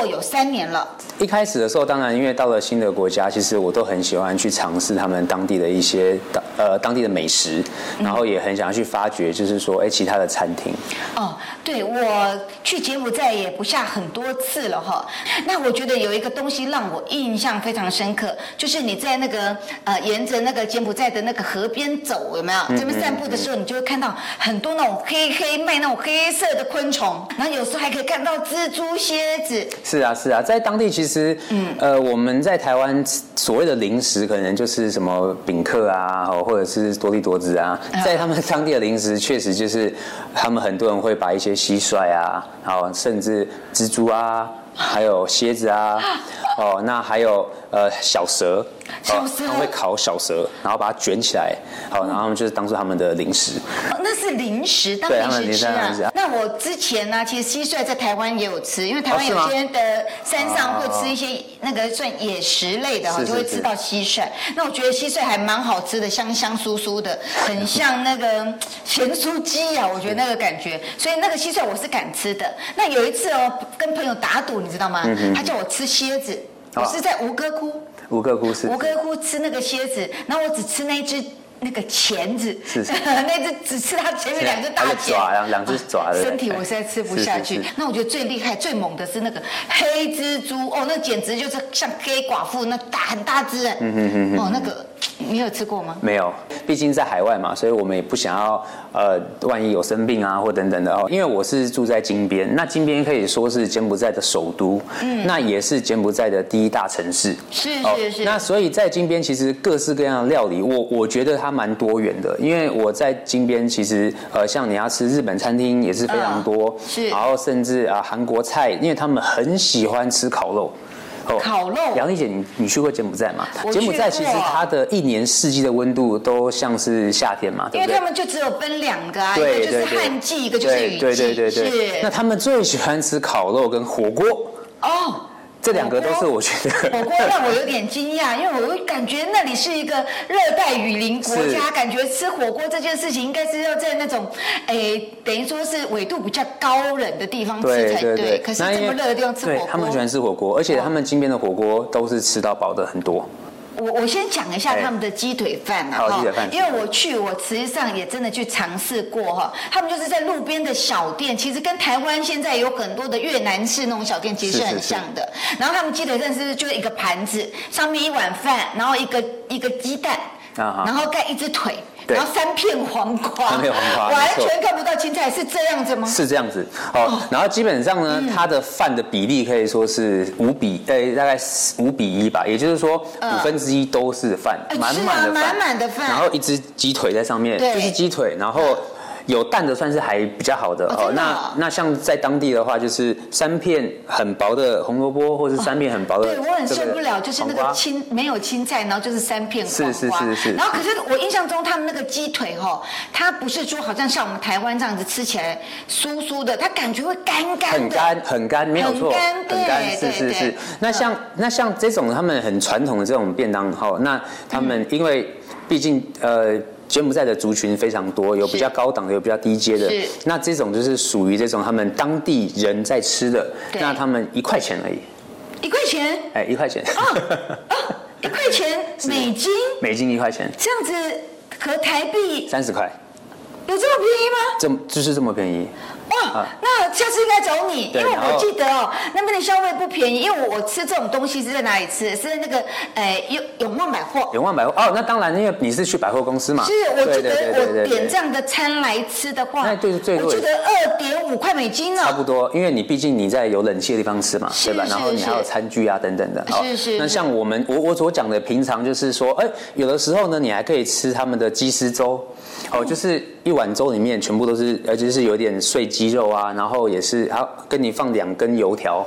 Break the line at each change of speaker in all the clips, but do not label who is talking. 哦有三年了。
一开始的时候，当然因为到了新的国家，其实我都很喜欢去尝试他们当地的一些当呃当地的美食，然后也很想要去发掘，就是说哎、其他的餐厅。
哦，对，我去柬埔寨也不下很多次了哈。那我觉得有一个东西让我印象非常深刻，就是你在那个呃沿着那个柬埔寨的那个河边走，有没有？这边散步的时候，你就会看到很多那种黑黑卖那种黑色的昆虫，然后有时候还可以看到蜘蛛、蝎子。
是啊，是啊，在当地其实，嗯，呃，我们在台湾所谓的零食，可能就是什么饼克啊，哦或者是多利多汁啊，
嗯
在他们当地的零食，确实就是他们很多人会把一些蟋蟀啊，然后甚至蜘蛛啊，还有蝎子啊，哦，那还有呃小蛇，哦
小蛇
他们会烤小蛇，然后把它卷起来，好，然后他们就是当做他们的零食。
哦 那是零食，当
对他们
零食吃
零食当零食
啊
啊。
那我之前呢、其实蟋蟀在台湾也有吃，因为台湾
哦是
有
吗
些的山上会
哦
吃一些那个算野食类的哈，
是
就是会吃到蟋蟀。那我觉得蟋蟀还蛮好吃的，香香酥酥的，很像那个嗯咸酥鸡
嗯
呀、我觉得那个感觉。所以那个蟋蟀我是敢吃的。那有一次哦，跟朋友打赌，你知道吗？他叫我吃蝎子，我
嗯哦
是在吴哥窟。
五个故事
我，哥姑吃那个蝎子，然后我只吃那一只那个钳子，
是是
那只只吃它前面两只大
它的
钳，啊
爪啊两两只爪对不对
身体我实在吃不
是是
下去。
是
那我觉得最厉害、最猛的是那个黑蜘蛛，哦，那简直就是像黑寡妇那大很大只哎，
嗯
哦，那个你有吃过吗？
没有，毕竟在海外嘛，所以我们也不想要呃，万一有生病啊或等等的哦。因为我是住在金边，那金边可以说是柬埔寨的首都，嗯，那也是柬埔寨的第一大城市。
是
哦
是是，
那所以在金边其实各式各样的料理，我我觉得它蛮多元的，因为我在金边其实呃，像你要吃日本餐厅也是非常多，
嗯是
然后甚至啊、韩国菜，因为他们很喜欢吃烤肉。哦
烤肉
杨丽姐，你你去过柬埔寨吗
我？去
柬埔寨其实
过
它的一年四季的温度都像是夏天嘛，
因
对
为
不对
他？们就只有分两个啊，一个
对
就是
对对，
旱季，一个就是雨季，
对对对对对。那
是
他们最喜欢吃烤肉跟火锅，
哦。
这两个都是我觉得
火锅让我有点惊讶，因为我又感觉那里是一个热带雨林国家，
是
感觉吃火锅这件事情应该是要在那种，诶，等于说是纬度比较高冷的地方吃
对
才
对对，
可是
那
这
因
么
为
热的地方吃火
对
锅，哦
他们喜欢吃火锅，而且他们金边的火锅都是吃到饱的很多。
我我先讲一下
哎
他们的鸡腿饭啊，
好
哈
鸡腿饭
因为我去，我实际上也真的去尝试过哈。他们就是在路边的小店，其实跟台湾现在有很多的越南式那种小店其实
是
是
是
很
是
像的。然后他们鸡腿饭是就是一个盘子，上面一碗饭，然后一个一个鸡蛋，
啊哈
然后盖一只腿，
对
然后三片黄瓜，
三片黄瓜
完
没错
全看不到青菜，是这样子吗？
是这样子哦。然后基本上呢，
嗯
它的饭的比例可以说是五比，呃，大概五比一吧，也就是说
嗯
五分之一都是饭
哎，
满
是啊
满的饭，
满满的饭
然后一只鸡腿在上面，
对
就是鸡腿，然后。有蛋的算是还比较好的
哦真的哦
那那像在当地的话，就是三片很薄的红萝卜，或是三片很薄的
哦对
这个黄
我
瓜。
很受不了，就是那个青没有青菜，然后就是三片黄瓜。
是是是是
然后可是我印象中他们那个鸡腿哈、它不是说好像像我们台湾这样子吃起来酥酥的，它感觉会干干
很
的。
干，很干，没有
很
错，
干对对
是是
对嗯
是。那像那像这种他们很传统的这种便当哈，那他们因为毕竟呃。柬埔寨的族群非常多，有
是
比较高档的，有比较低阶的
是。
那这种就是属于这种他们当地人在吃的，
对
那他们一块钱而已，
一块钱 哦
哎，一块钱，
一块钱美金，
美金一块钱，
这样子和台币
三十块，
有这么便宜吗？
这么就是这么便宜。
哇，那下次应该找你，因
啊对
为
然后
我记得哦，那边的消费不便宜，因为我我吃这种东西是在哪里吃？是在那个呃永永旺百货。
永旺百货哦，那当然，因为你是去百货公司嘛，
是，我记
啊对
得
对对对
我
对对
点这样的餐来吃的话，
那就是最
我
贵
记得二点五块美金
差
哦。
不多，因为你毕竟你在有冷气的地方吃嘛，
是
对吧？
是
然后你还有餐具啊等等的。
是是
那
是
像我们我我所讲的，平常就是说，哎，有的时候呢，你还可以吃他们的鸡丝粥，哦，就是一碗粥里面全部都是，呃，就是有点碎鸡肉啊，然后也是，然后跟你放两根油条，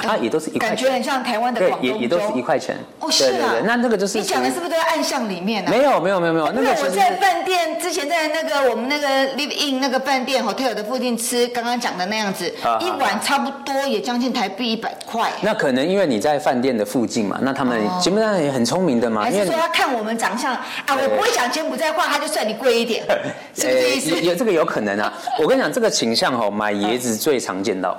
它也都是一块
感觉
钱，
很像台湾的
对，
广
也
东
也都是一
粥。
块钱。
哦，是
对对
啊
对，，那那个就是
你讲的
属于
是不是都在暗巷里面呢？啊
没有没有没有没有，那
因为
个其
我
实
在
是
饭店之前在那个我们那个 Live In 那个饭店 hotel 的附近吃，刚刚讲的那样子
啊，
一碗差不多也将近台币一百块。
那可能因为你在饭店的附近嘛，那他们基本上也很聪明的嘛，
哦还
因
是
为你
说要看我们长相啊？我不会讲柬埔寨话，他就算你贵一 点，是不是这意
呃有
思？嗯
有这个有可能啊！我跟你讲，这个倾向哦，买椰子最常见到。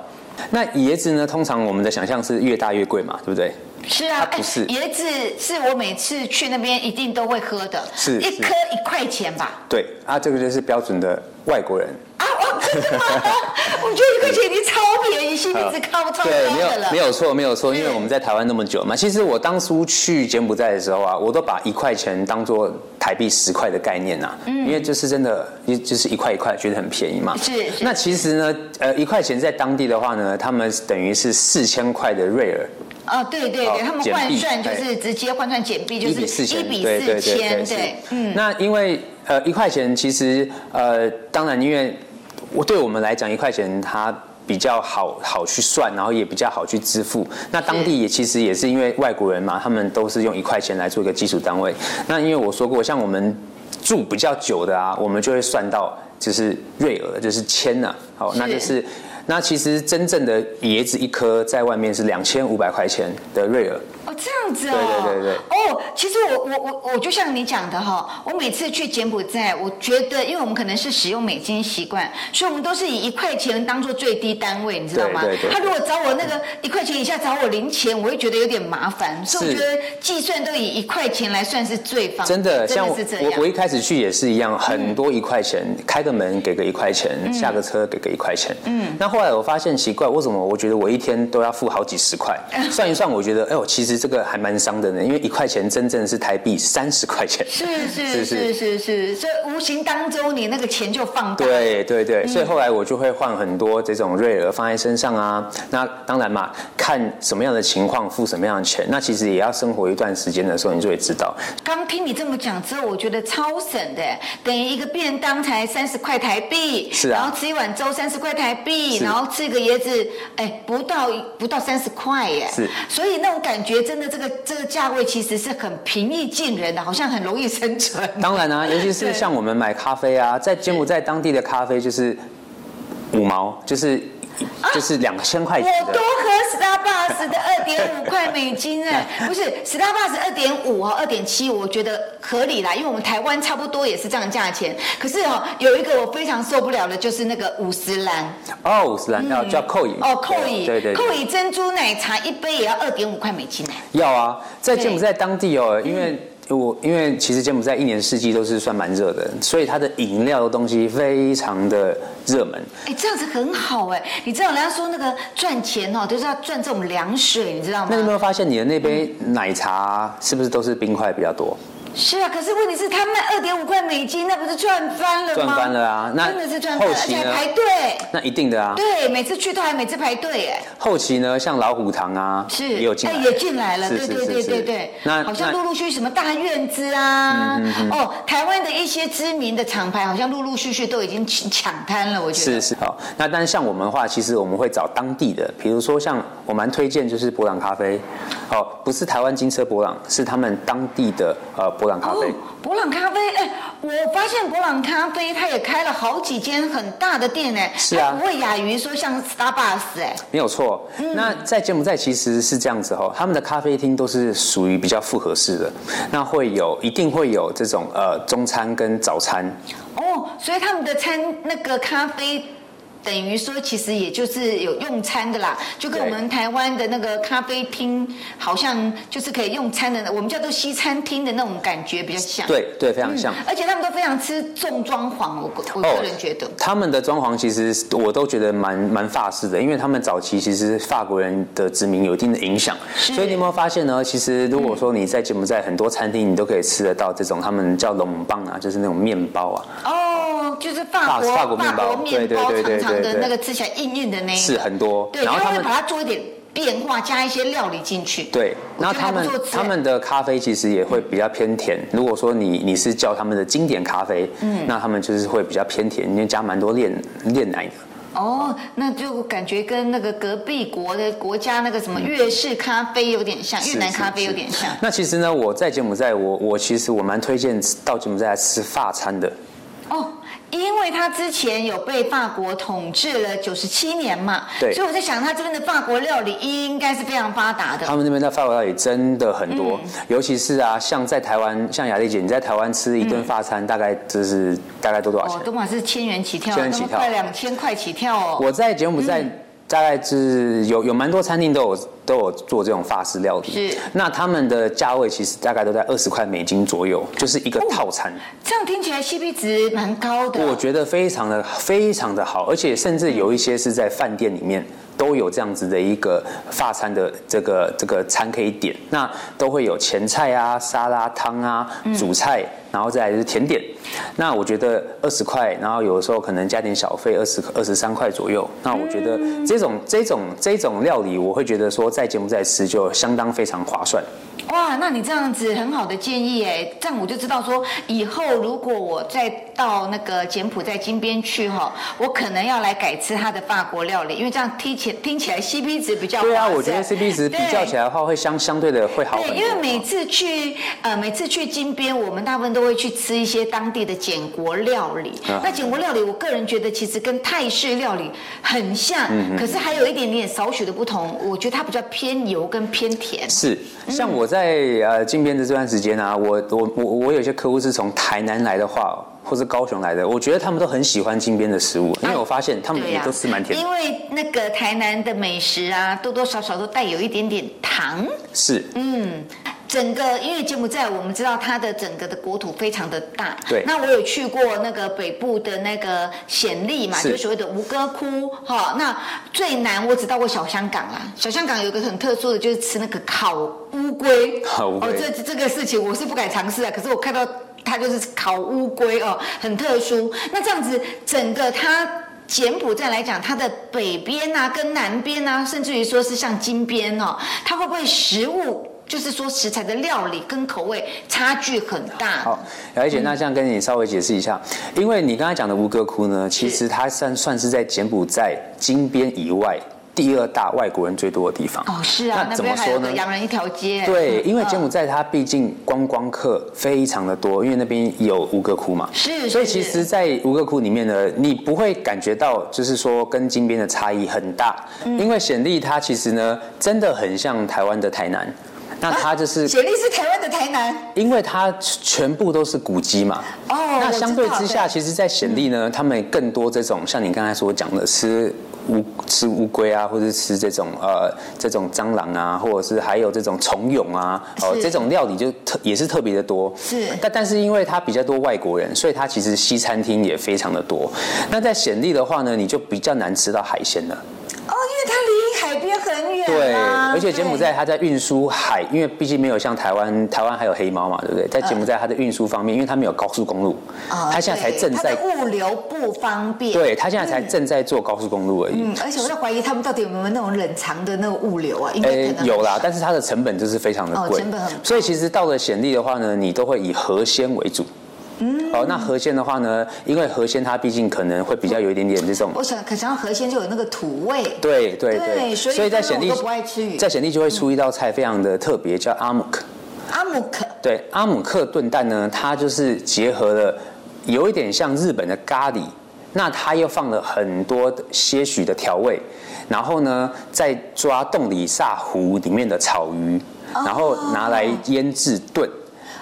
那椰子呢？通常我们的想象是越大越贵嘛，对不对？
是啊，
它不是
哎椰子是我每次去那边一定都会喝的，
是
一
是
颗一块钱 吧？
对，啊，这个就是标准的外国人。
啊，我 真的吗？我觉得一块钱已经超便宜，薪资超超高
啊对，没
的
有
了。嗯
没有错，没有错，
是
因为我们在台湾那么久嘛。其实我当初去柬埔寨的时候啊，我都把一块钱当做台币十块的概念呐、啊，因为就是真的，一就是一块一块，觉得很便宜嘛。
嗯是是
那其实呢，呃，一块钱在当地的话呢，他们等于是四千块的瑞尔，
啊，对对
好
对，他们
简
换
币
算就是
对
直接换算简币，就
一
是
比四千，
一比
对
四
对对
千，
对是
对，嗯
那因为呃一块钱其实呃当然因为我对我们来讲一块钱它。比较好好去算，然后也比较好去支付。那当地也其实也是因为外国人嘛，他们都是用一块钱来做一个基础单位。那因为我说过，像我们住比较久的啊，我们就会算到就是瑞尔，就是千呐、好，那
是
就是那其实真正的椰子一颗在外面是两千五百块钱的瑞尔。
哦，这样子哦，
对对对
哦，其实我我我我就像你讲的哈、我每次去柬埔寨，我觉得因为我们可能是使用美金习惯，所以我们都是以一块钱当做最低单位，你知道吗？
对对对
他如果找我那个一块钱以下找我零钱，我会觉得有点麻烦，所以我
是
觉得计算都以一块钱来算是最方
真的，
真
像
的
我
是这
我
样嗯
我。一开始去也是一样，很多一块钱，开个门给个一块钱，下个车给个一块钱。嗯，那后来我发现奇怪，为什么我觉得我一天都要付好几十 块？算一算，我觉得，哎呦，其实这个还蛮伤的呢，因为一块钱真正是台币三十块 钱。
是是是
是是
是是，所以无形当中你那个钱就放大。
对对
嗯
对，所以后来我就会换很多这种瑞尔放在身上啊。那当然嘛，看什么样的情况付什么样的钱，那其实也要生活一段时间的时候，你就会知道。
刚听你这么讲之后，我觉得超省的，等于一个便当才三十块台币，
是啊
然后吃一碗粥三十块台币，
是
然后吃一个椰子，哎，不到不到三十块耶，
是，
所以那种感觉真的这个这个价位其实是很平易近人的，好像很容易生 存。
当然啊，尤其
对
是像我们买咖啡啊，在柬埔寨当地的咖啡就是五毛，就是就是两千块钱
啊我
的
多。喝 Starbucks 的二点五块美金 哎，不是 Starbucks 二点五哦，二点七我觉得合理啦，因为我们台湾差不多也是这样价钱。可是哦，有一个我非常受不了的就是那个五十兰
哦，五十兰要叫扣饮
哦，扣饮
对对对
扣饮珍珠奶茶一杯也要二点五块美金哎，
要啊，在
对
柬埔寨当地哦，因为。我因为其实柬埔寨一年四季都是算蛮热的，所以它的饮料的东西非常的热门。
哎，这样子很好哎。你知道人家说那个赚钱哦，就是要赚这种凉水，你知道
那你有没
吗？
有发现你的那杯
嗯
奶茶是不是都是冰块比较多？
是啊，可是问题是他卖二点五块美金，那不是赚翻了吗？
赚翻了啊那
真的是赚翻了，
后
而且
期
还
呢
排队。
那一定的啊。
对，每次去都还每次排队哎，
后期呢，像老虎堂啊，
是，
也有进来
哎，也进来了，
是
对
是
对
是
对
是
对对，
那嗯
好像
那
陆陆续续什么大院子啊，哦，台湾的一些知名的厂牌好像陆陆续续都已经抢抢滩了，我觉得
是是好，那但是像我们的话，其实我们会找当地的，比如说像我蛮推荐就是博朗咖啡，哦，不是台湾金车博朗，是他们当地的呃博朗咖啡。
哦，博朗咖啡，哎，我发现博朗咖啡它也开了好几间很大的店哎，
是啊
它不会亚于说像 Starbucks 哎，
没有错。那在柬埔寨其实是这样子哦，他们的咖啡厅都是属于比较复合式的，那会有一定会有这种呃中餐跟早餐，
哦，所以他们的餐那个咖啡。等于说，其实也就是有用餐的啦，就跟我
对
们台湾的那个咖啡厅好像就是可以用餐的，我们叫做西餐厅的那种感觉比较像。，
对对，非常像。
而且他们都非常吃重装潢，我个我
哦
个人觉得。
他们的装潢其实是我都觉得蛮蛮法式的，因为他们早期其实法国人的殖民有一定的影响，
是
所以你有没有发现呢？其实如果说你在柬埔寨很多餐厅，你都可以吃得到这种他们叫龙棒啊，就是那种面包啊，
哦，就是法国
法法国面包
面包
对对对
长长
对
的
对
那个吃起来硬硬的那一
是
个
很多。
对，他会把它做一点变化，加一些料理进去。
对，
我
然
觉得
后他
还不
们
错吃
他们的咖啡其实也会比较偏甜。如果说你你是叫他们的经典咖啡，嗯，那他们就是会比较偏甜，因为加蛮多炼炼奶的。
哦，那就感觉跟那个隔壁国的国家那个什么越式咖啡有点像，越
是
南
是
咖啡
是
有点像。
那其实呢，我在柬埔寨，我我其实我蛮推荐到柬埔寨来吃法餐的。
哦，因为他之前有被法国统治了九十七年嘛，
对
所以我在想他这边的法国料理应该是非常发达的。
他们那边的法国料理真的很多，
嗯
尤其是啊，像在台湾，像雅丽姐，你在台湾吃一顿法餐，大概就是大概都多少
哦
钱，？
都嘛是千元起跳，
千元
那
起
么
跳
快两千块起跳哦。
我在柬埔寨大概是有有蛮多餐厅都有都有做这种法式料理。
是
那他们的价位其实大概都在二十块美金左右，就是一个
哦
套餐。
这样听起来 CP 值蛮高的。
我觉得非常的非常的好，而且甚至有一些是在饭店里面都有这样子的一个法餐的这个这个餐可以点，那都会有前菜啊、沙拉汤啊、主菜，然后再来就是甜点。那我觉得二十块，然后有的时候可能加点小费，二十二十三块左右。那我觉得
嗯
这种这种这种料理，我会觉得说在柬埔寨吃就相当非常划算。
哦哇，那你这样子很好的建议哎，这样我就知道说，以后如果我再到那个柬埔寨金边去哈，我可能要来改吃它的法国料理，因为这样听起听起来 CP 值比较
对啊，
划算
我觉得 CP 值比较起来的话，会相相对的会好很多。
对，因为每次去呃，每次去金边，我们大部分都会去吃一些当地的简国料理。
啊
那简国料理，我个人觉得其实跟泰式料理很像，
嗯
可是还有一点点少许的不同。我觉得它比较偏油跟偏甜。
是，像我在呃金边的这段时间啊，我我我我有些客户是从台南来的话，或是高雄来的，我觉得他们都很喜欢金边的食物，因为我发现他们
对
也
呀
都吃蛮甜的。
因为那个台南的美食啊，多多少少都带有一点点糖。
是，
嗯整个因为柬埔寨，我们知道它的整个的国土非常的大。
对
那我有去过那个北部的那个暹粒嘛，
是
就是所谓的吴哥窟哈、那最南我只到过小香港啦，小香港有一个很特殊的，就是吃那个烤乌龟。
好无
哦，
味
这这个事情我是不敢尝试啊，可是我看到它就是烤乌龟哦，很特殊。那这样子，整个它。柬埔寨来讲，它的北边啊，跟南边啊，甚至于说是像金边哦，它会不会食物，就是说食材的料理跟口味差距很大？
好，了解。那这样跟你稍微解释一下，因为你刚才讲的吴哥窟呢，其实它算算是在柬埔寨金边以外第二大外国人最多的地方。
哦，是啊，
那
那
怎么
边还有
说
个
呢
洋人一条街。
对，因为
嗯
柬埔寨它毕竟观光客非常的多，因为那边有吴哥窟嘛，
是
所以
是
其实，在吴哥窟里面呢，你不会感觉到就是说跟金边的差异很大，
嗯
因为暹粒它其实呢真的很像台湾的台南，那它就是、
雪啊莉是台湾的台南
因为它全部都是古迹嘛，
哦。
那
我
相
知
对
道嗯
之下，，其实，在显利呢，他们更多这种像你刚才所讲的，吃乌吃乌龟啊，或者吃这种呃这种蟑螂啊，或者是还有这种虫蛹啊，哦、
是
这种料理就特也是特别的多。
是
但但是因为它比较多外国人，所以它其实西餐厅也非常的多。那在显利的话呢，你就比较难吃到海鲜了。
对哦，因为它离海边很远、
对，
啊。
而且柬埔
对
寨它在运输海，因为毕竟没有像台湾，台湾还有黑猫嘛，对不对？
呃
在柬埔寨它的运输方面，因为它没有高速公路，
啊
它现在才
对
正
它
在
的物流不方便。
对他现在才正在做高速公路而已。
嗯，而且我在怀疑他们到底有没有那种冷藏的那个物流啊？应该可
诶
能、
有啦，。但是它的成本就是非常的贵，
哦成本很高
所以其实到了显利的话呢，你都会以河鲜为主。
嗯
哦，那河鲜的话呢，因为河鲜它毕竟可能会比较有一点点这种，
我想，可想要河鲜就有那个土味。
对对
哦对所以当
在
然
显
我
利
都不爱吃鱼
在显利就会出一道菜非常的特别，叫阿姆克。
阿姆克
对，阿姆克炖蛋呢，它就是结合了有一点像日本的咖喱，那它又放了很多的些许的调味，然后呢再抓洞里萨湖里面的草鱼，然后拿来腌制炖，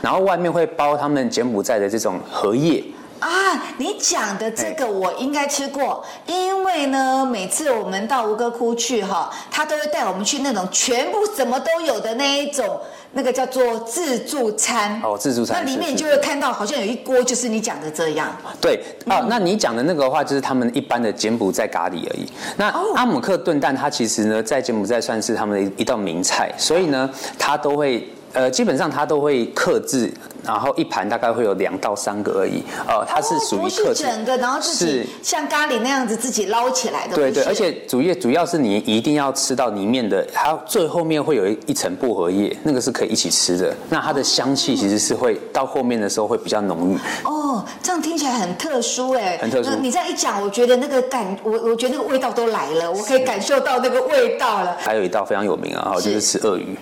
然后外面会包他们柬埔寨的这种荷叶。
啊，你讲的这个我应该吃过，因为呢，每次我们到吴哥窟去哈，他都会带我们去那种全部什么都有的那一种，那个叫做自助餐。
哦自助餐
那里
是
面
是
你就会看到好像有一锅就是你讲的这样。
对
嗯
啊，那你讲的那个话就是他们一般的柬埔寨咖喱而已。那
哦
阿姆克炖蛋，它其实呢在柬埔寨算是他们的一一道名菜，所以呢，它都会呃基本上它都会克制，然后一盘大概会有两到三个而已。呃，它是属
哦不
于
是
克制。
整个，然后自己
是
像咖喱那样子自己捞起来的。
对
不
对，
是
而且主要主要是你一定要吃到里面的，它最后面会有一一层薄荷叶，那个是可以一起吃的。那它的香气其实是会到后面的时候会比较浓郁。
哦，这样听起来很特殊哎，
很特殊
那你这样一讲，我觉得那个感，我我觉得那个味道都来了，我可以感受到那个味道了。
还有一道非常有名啊，就是吃鳄鱼，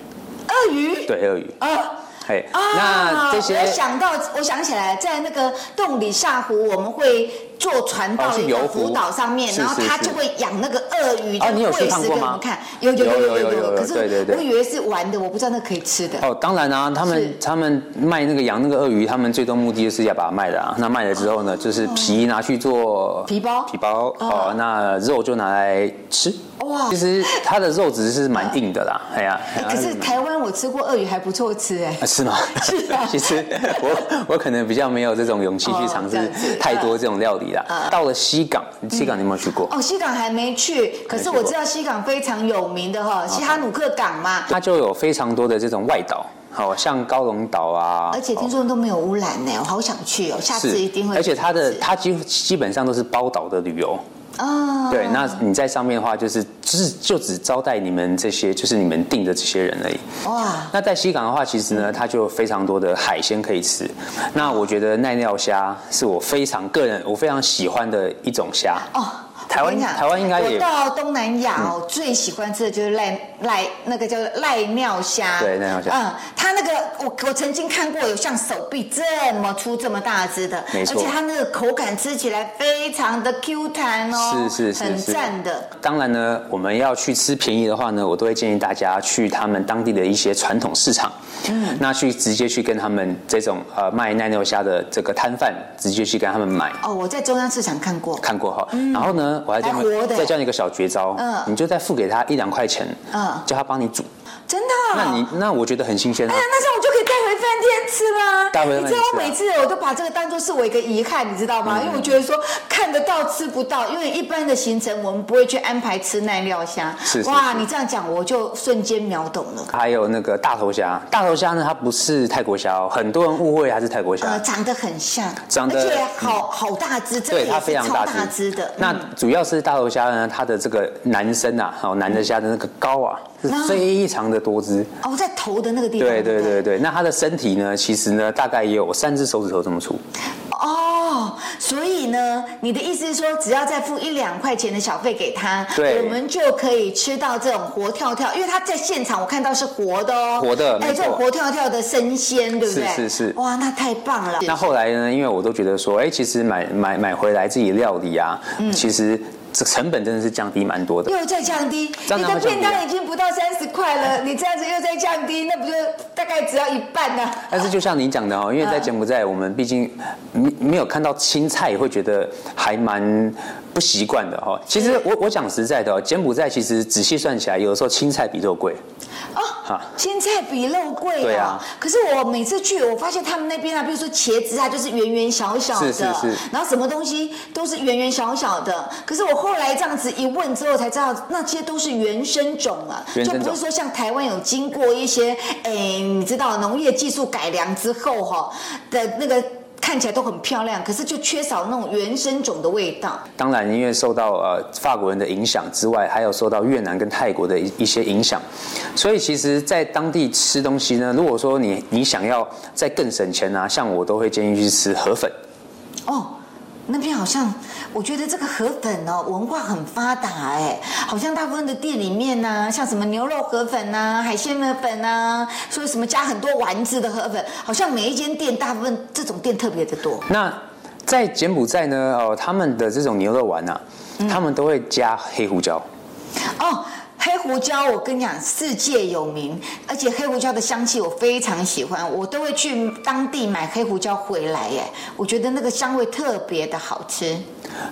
鳄鱼，
对鳄鱼。
啊。
哎，
啊
那这
我
些
想到，我想起来，在那个洞里下湖，我们会坐船
哦
到
是
一
游
个
湖
浮岛上面，
是
然后
是
他
是
就会养那个鳄鱼，
啊
就
你有去
喂
看
食
过
给我
吗
们看。有有有
有有
有
有有
可是
对对对
我以为是玩的，我不知道那可以吃的。
哦，当然啊，他
是
们他们卖那个养那个鳄鱼，他们最终目的就是要把它卖了啊。那卖了之后呢，就是皮拿去做
哦皮包啊
皮包哦，那肉就拿来吃。
哇
哇，其实它的肉质是蛮硬的 啦，哎呀。
哎可是台湾我吃过鳄鱼还不错吃哎。
啊 是吗？
是啊
其实我我可能比较没有这种勇气
哦
去尝
这
试
样子嗯
太多这种料理啦。到了西港，西港你有没有去过？
哦，西港还没去，可是
没去过啊
我知道西港非常有名的哈，西哈努克港嘛，
它就有非常多的这种外岛，好像高龙岛啊，
而且听说都没有污染呢，我好想去哦，下
是
次一定会去一次。
而且它的它基基本上都是包岛的旅游。
啊，
对，那你在上面的话，就是只就只招待你们这些，就是你们订的这些人而已。
哇，
那在西港的话，其实呢，它就有非常多的海鲜可以吃。那我觉得奈尿虾是我非常个人我非常喜欢的一种虾。
哦，
台湾
我跟你讲
台湾应该也嗯
我到东南亚哦，最喜欢吃的就是赖赖那个叫赖尿虾。
对赖尿虾
嗯，它那个我我曾经看过有像手臂这么粗这么大只的，
没错
而且它那个口感吃起来非常的 Q 弹哦，
是是是
很
是
赞的。
当然呢，我们要去吃便宜的话呢，我都会建议大家去他们当地的一些传统市场，嗯，那去直接去跟他们这种呃卖奈尿虾的这个摊贩直接去跟他们买。
哦，我在中央市场看过。
看过哈，然后呢，我还教
嗯还
你
活的
再教你一个小绝招，
嗯
你就再付给他一两块钱，
嗯
叫他帮你煮，
真的、啊？
那你那我觉得很新鲜啊
哎呀，，那这样我就可以带回饭店吃啦。
带回
你
饭店吃啊嗯
知道我每次哦我都把这个当做是我一个遗憾，你知道吗？因为我觉得说看得到吃不到，因为一般的行程我们不会去安排吃奈料虾。
是是
哇，
是
你这样讲我就瞬间秒懂了。
还有那个大头虾，大头虾呢，它不是泰国虾哦，很多人误会它是泰国虾，
呃，长得很像，
长得嗯
而且好、好大只，真的
对，它
也是
非常
超
大
大只的。
那
嗯
主要是大头虾呢，它的这个男生啊，哦，男的虾的那个高啊，是
啊
非常的多汁。
哦，在头的那个地方。
对对
不
对对，那它的身体呢，其实呢，大概也有三只手指头这么粗。
哦，所以呢，你的意思是说，只要再付一两块钱的小费给他，
对
我们就可以吃到这种活跳跳，因为他在现场我看到是活的哦，
活的
哎，
没
这
错
种活跳跳的生鲜，对不对？
是是是
哇，那太棒了。
那后来呢，因为我都觉得说，哎，其实买买买回来自己料理啊，其实这成本真的是降低蛮多的。
又再降低，
这样
你的
当然会
便
降低啊
当已经不到三十块了，你这样子又再降低，那不就大概只要一半呢、
但是就像你讲的哦，因为在柬埔寨，我们毕竟没没有看到青菜，会觉得还蛮不习惯的哦。其实我我讲实在的哦，柬埔寨其实仔细算起来，有的时候青菜比肉贵。
哦
啊，
青菜比肉贵
对
啊
啊！
可是我每次去，我发现他们那边啊，比如说茄子啊，就是圆圆小小的，
是是是
然后什么东西都是圆圆小小的。可是我后来这样子一问之后才知道，那些都是原生种啊，
原
就
生种
不是说像台湾有经过一些，哎，你知道农业技术改良之后哈、的那个。看起来都很漂亮，可是就缺少那种原生种的味道。
当然，因为受到呃法国人的影响之外，还有受到越南跟泰国的一一些影响，所以其实，在当地吃东西呢，如果说你你想要再更省钱啊，像我都会建议去吃河粉。
哦，那边好像我觉得这个河粉哦，文化很发达哎，好像大部分的店里面呐、像什么牛肉河粉呐、海鲜河粉呐、说什么加很多丸子的河粉，好像每一间店大部分这种店特别的多。
那在柬埔寨呢，哦，他们的这种牛肉丸啊，他们都会加黑胡椒。
哦，黑胡椒，我跟你讲，世界有名，而且黑胡椒的香气我非常喜欢，我都会去当地买黑胡椒回来耶，我觉得那个香味特别的好吃。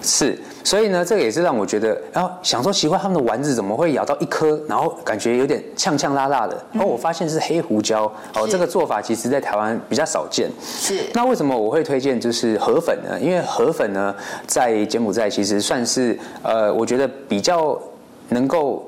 是，所以呢，这个也是让我觉得，然后想说奇怪，他们的丸子怎么会咬到一颗，然后感觉有点呛呛辣辣的。然后我发现是黑胡椒，哦，
是
这个做法其实在台湾比较少见。
是
那为什么我会推荐就是河粉呢？因为河粉呢，在柬埔寨其实算是呃，我觉得比较能够。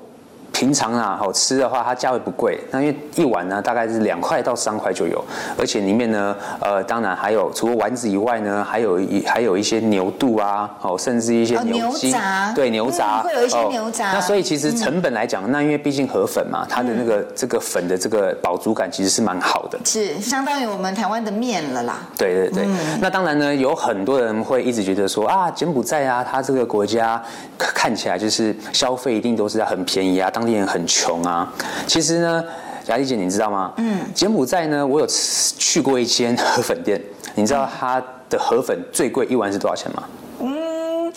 平常啊，好吃的话，它价位不贵。那因为一碗呢，大概是两块到三块就有，而且里面呢，呃，当然还有除了丸子以外呢，还有一还有一些牛肚啊，哦，甚至一些
哦牛
筋，
杂
对牛杂、
嗯会有一些
哦
牛杂
那所以其实成本来讲，那因为毕竟河粉嘛，它的那
嗯
个这个粉的这个饱足感其实是蛮好的。
是相当于我们台湾的面了啦。
对对对，
嗯
那当然呢，有很多人会一直觉得说啊，柬埔寨啊，它这个国家看看起来就是消费一定都是很便宜啊，当地人很穷啊。其实呢，雅丽姐，你知道吗？嗯，柬埔寨呢，我有吃去过一间河粉店，你知道它的河粉最贵一碗是多少钱吗？
嗯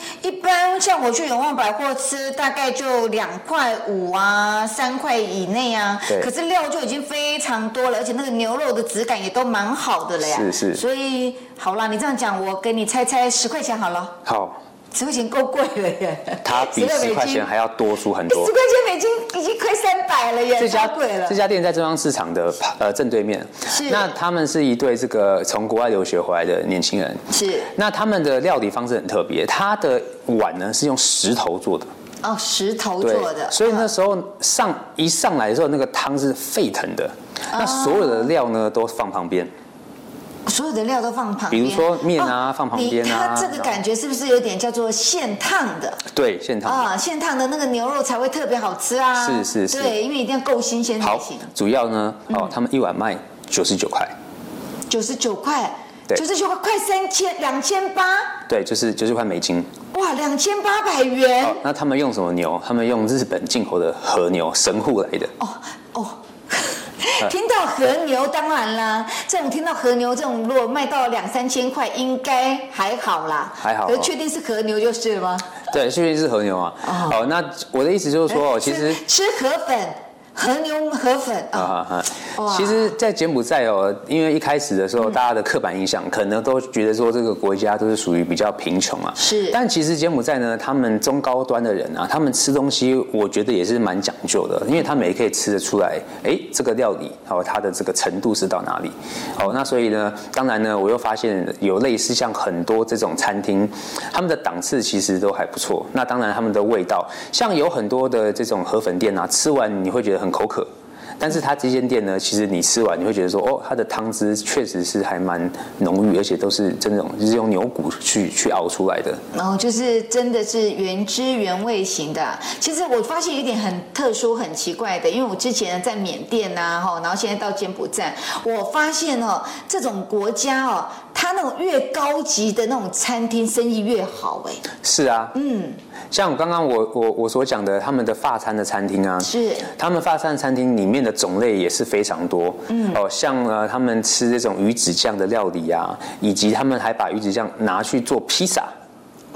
像我去永旺百货吃，大概就两块五啊，三块以内啊。
对
可是料就已经非常多了，而且那个牛肉的质感也都蛮好的了呀。
是是
所以好啦，你这样讲，我给你猜猜十块钱好了，
好，
十块钱够贵了耶。
它比十块
美金
钱还要多出很
十
多
块。钱美金已经亏三百了耶，
这家
太贵了
这。家店在中央市场的呃正对面。
是
那他们是一对这个从国外留学回来的年轻人。
是
那他们的料理方式很特别，它的碗呢是用石头做的，
哦，石头做的，
所以那时候上一上来的时候，那个汤是沸腾的，
啊
那所有的料呢都放旁边，
嗯所有的料都放旁边，哦
比如说面啊放旁边啊
你它这个感觉是不是有点叫做现烫的
对，现烫的。
啊？现烫的那个牛肉才会特别好吃啊。
是是是
对，因为一定要够新鲜才
好
行。，
主要呢，
嗯
哦，他们一碗卖九十九块，
九十九块，
对
九十九块快三千，两千八，
对，就是九十块美金。
哇，两千八百元
好，那他们用什么牛？他们用日本进口的和牛神户来的。
哦哦。
哎
听到和牛，当然啦，这种听到和牛这种，如果卖到两三千块，应该还好啦。
还好
可是
哦
确定是和牛就是了吗？
对，确定是和牛啊。
哦
好，那我的意思就是
哎
说，哦，其实
吃吃河粉，和牛河粉啊。
啊哈
哇嗯
哈！其实，在柬埔寨哦，因为一开始的时候，大家的刻板印象可能都觉得说这个国家都是属于比较贫穷啊。
是
但其实柬埔寨呢，他们中高端的人啊，他们吃东西，我觉得也是蛮讲究的，因为他们也可以吃得出来，哎，这个料理哦，它的这个程度是到哪里。哦，那所以呢，当然呢，我又发现有类似像很多这种餐厅，他们的档次其实都还不错。那当然，他们的味道，像有很多的这种河粉店啊，吃完你会觉得很口渴。但是它这间店呢，其实你吃完你会觉得说，哦，它的汤汁确实是还蛮浓郁，而且都是这种就是用牛骨去去熬出来的。
然后就是真的是原汁原味型的啊。其实我发现有一点很特殊、很奇怪的，因为我之前在缅甸呐，哈，然后现在到柬埔寨，我发现哦，这种国家哦，它那种越高级的那种餐厅生意越好，哎，
是啊，嗯，像我刚刚我我我所讲的，他们的法餐的餐厅啊，
是
他们法餐餐厅里面的种类也是非常多，嗯，哦，像呃他们吃这种鱼子酱的料理啊，以及他们还把鱼子酱拿去做披萨。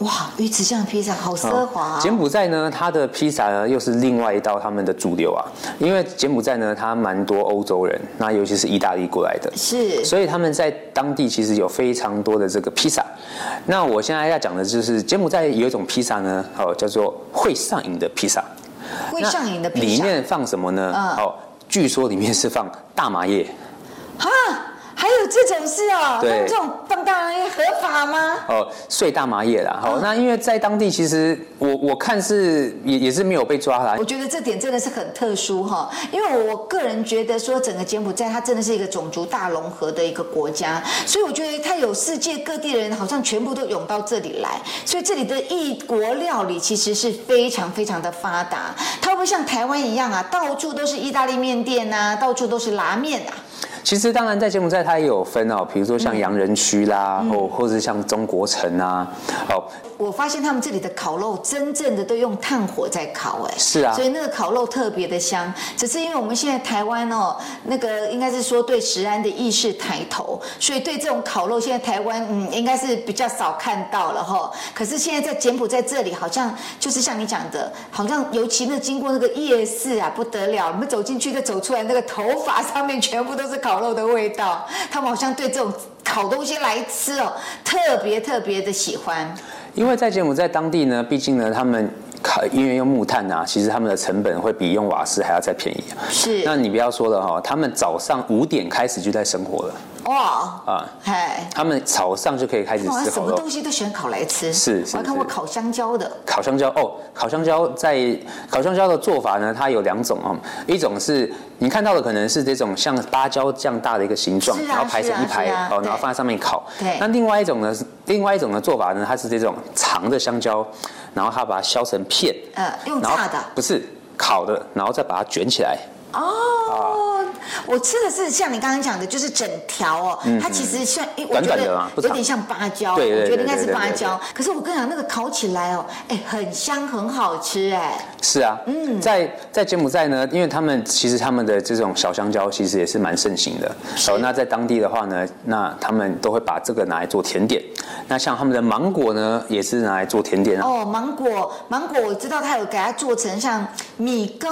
哇，鱼子酱披萨好奢华啊、
哦柬埔寨呢，它的披萨呢又是另外一道他们的主流啊，因为柬埔寨呢，它蛮多欧洲人，那尤其是意大利过来的，
是
所以他们在当地其实有非常多的这个披萨。那我现在要讲的就是柬埔寨有一种披萨呢，哦，叫做会上瘾的披萨。
会上瘾的披
里
萨
面放什么呢？
嗯
哦，据说里面是放大麻叶。
啊，还有这种事哦，
对
他们这种放大人合法吗？
哦，碎大麻叶啦。哦
嗯
好、那因为在当地，其实我我看是也也是没有被抓啦
我。觉得这点真的是很特殊哈，因为我个人觉得说整个柬埔寨它真的是一个种族大融合的一个国家，所以我觉得它有世界各地的人好像全部都涌到这里来，所以这里的异国料理其实是非常非常的发达，它会不会像台湾一样啊，到处都是意大利面店啊，到处都是拉面啊？
其实当然，在柬埔寨它也有分哦，比如说
嗯
像洋人区啦，哦，或者是像中国城啊，哦，
我发现他们这里的烤肉真正的都用炭火在烤、哎，
是啊
所以那个烤肉特别的香。只是因为我们现在台湾哦，那个应该是说对食安的意识抬头，所以对这种烤肉现在台湾嗯应该是比较少看到了哈。可是现在在柬埔寨这里，好像就是像你讲的，好像尤其那经过那个夜市啊，不得了，我们走进去再走出来，那个头发上面全部都是烤肉的味道。他们好像对这种烤东西来吃哦，特别特别的喜欢。
因为在柬埔寨当地呢，毕竟呢，他们烤因为用木炭啊，其实他们的成本会比用瓦斯还要再便宜啊。
是
那你不要说了哈、他们早上五点开始就在生火了
哇，
啊，
哎，
他们早上就可以开始
哇，
吃
什
烤
么
肉。
东西都喜欢烤来吃，
是是
我还看过
是
烤香蕉的，
烤香蕉哦，烤香蕉在烤香蕉的做法呢，它有两种哦，一种是你看到的可能是这种像芭蕉这样大的一个形状，
是啊
然后排成
是啊
一排、
是啊
哦，
对
然后放在上面烤。
对
那另外一种呢，是另外一种的做法呢，它是这种长的香蕉，然后它把它削成片，
呃，用
然后
炸的，
不是烤的，然后再把它卷起来。啊
哦。我吃的是像你刚刚讲的，就是整条哦，它其实像，诶我
嗯短
觉
短的
得
嘛不
有
长
点像芭蕉，
对对
我觉得
对
应该
对
是
对
芭
对对
蕉。可是我跟你讲，那个烤起来哦，哎，很香，很好吃，哎，
是啊，嗯，在在柬埔寨呢，因为他们其实他们的这种小香蕉其实也是蛮盛行的。
是
哦，那在当地的话呢，那他们都会把这个拿来做甜点，那像他们的芒果呢，也是拿来做甜点啊。
哦，芒果，芒果我知道它有给它做成像米糕，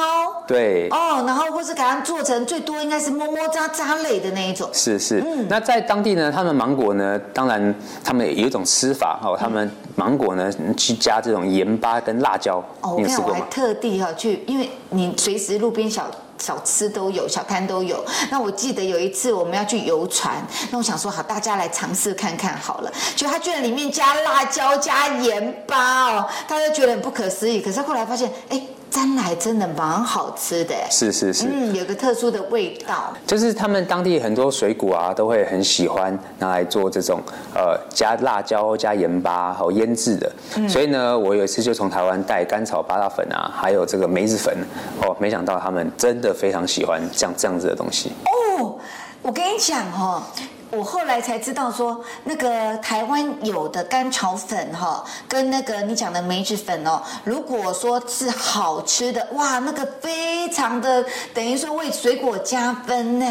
对，
哦，然后或是给它做成最多应该是么么喳喳类的那一种。
是是，
嗯
那在当地呢，他们芒果呢，当然他们有一种吃法哦，他
嗯
们芒果呢去加这种盐巴跟辣椒，
哦，我
你有
看
试
我
过
还
吗？
特地哈、去，因为你随时路边小小吃都有，小摊都有。那我记得有一次我们要去游船，那我想说好，大家来尝试看看好了。就他居然里面加辣椒、加盐巴哦，大家觉得很不可思议。可是后来发现，哎，沾奶真的蛮好吃的，
是是是。
嗯，有个特殊的味道。
就是他们当地很多水果啊，都会很喜欢拿来做这种呃加辣椒、加盐巴还有腌制的。所以呢，我有一次就从台湾带甘草八大粉啊，还有这个梅子粉哦，没想到他们真的非常喜欢像这样子的东西。
哦，我跟你讲哦，我后来才知道说，那个台湾有的甘草粉哈、跟那个你讲的梅子粉哦，如果说是好吃的，哇，那个非常的等于说为水果加分呢，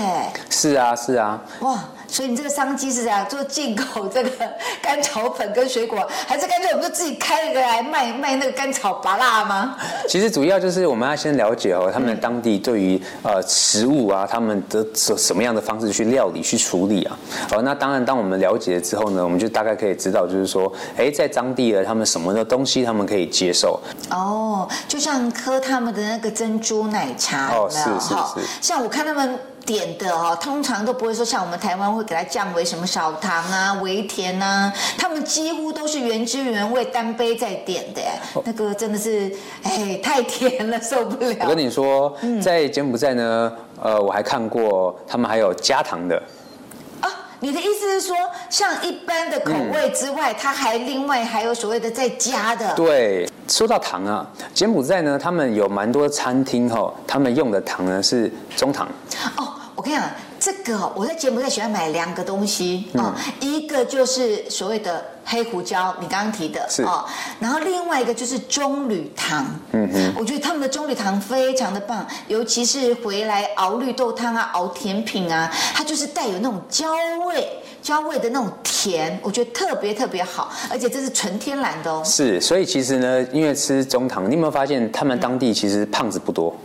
是啊，是啊，
哇。所以你这个商机是怎样做进口这个 甘草粉跟水果，还是干脆我们就自己开一个来卖卖那个甘草拔辣吗？
其实主要就是我们要先了解哦，他们当地对于呃食物啊，他们的什什么样的方式去料理、去处理啊。好，那当然，当我们了解了之后呢，我们就大概可以知道，就是说，哎，在当地的他们什么的东西他们可以接受。
哦，就像喝他们的那个珍珠奶茶，有
哦
没有
是是
哈
是
像我看他们。点的哦，通常都不会说像我们台湾会给它降为什么少糖啊、微甜啊，他们几乎都是原汁原味单杯在点的，
哦
那个真的是哎太甜了，受不
我跟
了。
你说，在柬埔寨呢，呃，我还看过他们还有加糖的。
啊，你的意思是说，像一般的口
嗯
味之外，它还另外还有所谓的再加的？
对，说到糖啊，柬埔寨呢，他们有蛮多餐厅哈、哦，他们用的糖呢是中糖。
哦，我跟你讲，这个哦我在柬埔寨喜欢买两个东西
嗯
啊、哦一个就是所谓的黑胡椒，你刚刚提的哦
是，
然后另外一个就是棕榈糖，嗯哼，我觉得他们的棕榈糖非常的棒，尤其是回来熬绿豆汤啊，熬甜品啊，它就是带有那种焦味。焦味的那种甜，我觉得特别特别好，而且这是纯天然的哦。
是，所以其实呢，因为吃中糖，你有没有发现他们当地其实胖子不多，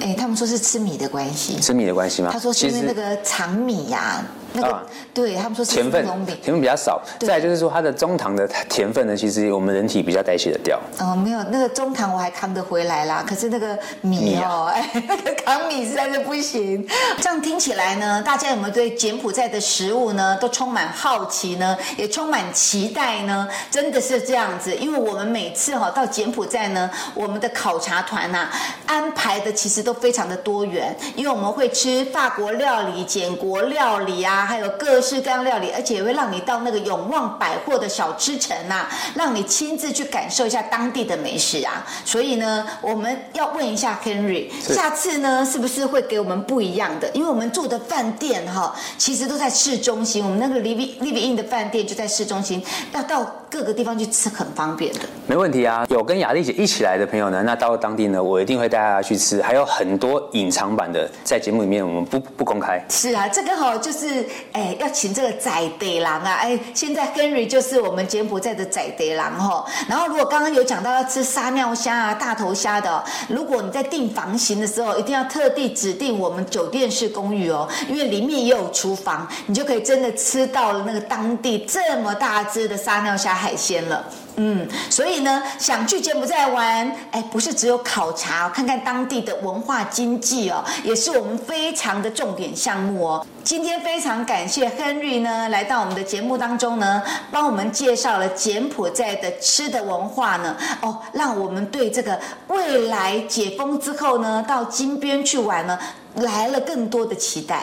哎，他们说是吃米的关系，
吃米的关系吗？
他说是
其
因为
实
那个长米呀、那个、
啊
对他们说是
甜分
那种米，
甜分比较少。
对
再来就是说，它的中糖的甜分呢，其实我们人体比较代谢得掉。
哦，没有，那个中糖我还扛得回来啦，可是那个米
米
哦，哎，那个 扛米实在是不行。这样听起来呢，大家有没有对柬埔寨的食物呢，都充满好奇呢，也充满期待呢？真的是这样子，因为我们每次哈、到柬埔寨呢，我们的考察团呐、安排的其实都非常的多元，因为我们会吃法国料理、柬国料理啊，还有各式各样料理，而且也会让你到那个永旺百货的小吃城啊，让你亲自去感受一下当地的美食啊。所以呢，我们要问一下 Henry，
是
下次呢是不是会给我们不一样的？因为我们住的饭店哈、其实都在市中心，我们那个 Live Live In 的饭店就在市中心，要到各个地方去吃很方便的。
没问题啊，有跟雅丽姐一起来的朋友呢，那到当地呢，我一定会带大家去吃，还有很多隐藏版的，在节目里面我们不不公开。
是啊，这个哈、就是哎，要请这个宰得郎啊，哎，现在 Henry 就是我们柬埔寨的宰得郎哈、然后如果刚刚有讲到要吃撒尿虾啊、大头虾的哦、如果你在订房型的时候，一定要特地指定我们酒店式公寓哦，因为里面也有厨房，你就可以真的吃到了那个当地这么大只的撒尿虾海鲜了。嗯，所以呢，想去柬埔寨玩，哎，不是只有考察、哦，看看当地的文化经济哦，也是我们非常的重点项目哦。今天非常感谢 Henry 呢，来到我们的节目当中呢，帮我们介绍了柬埔寨的吃的文化呢，哦，让我们对这个未来解封之后呢，到金边去玩呢，来了更多的期待。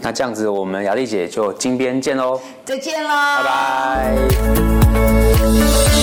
那这样子，我们雅丽姐就金边见喽，
再见喽，
拜拜。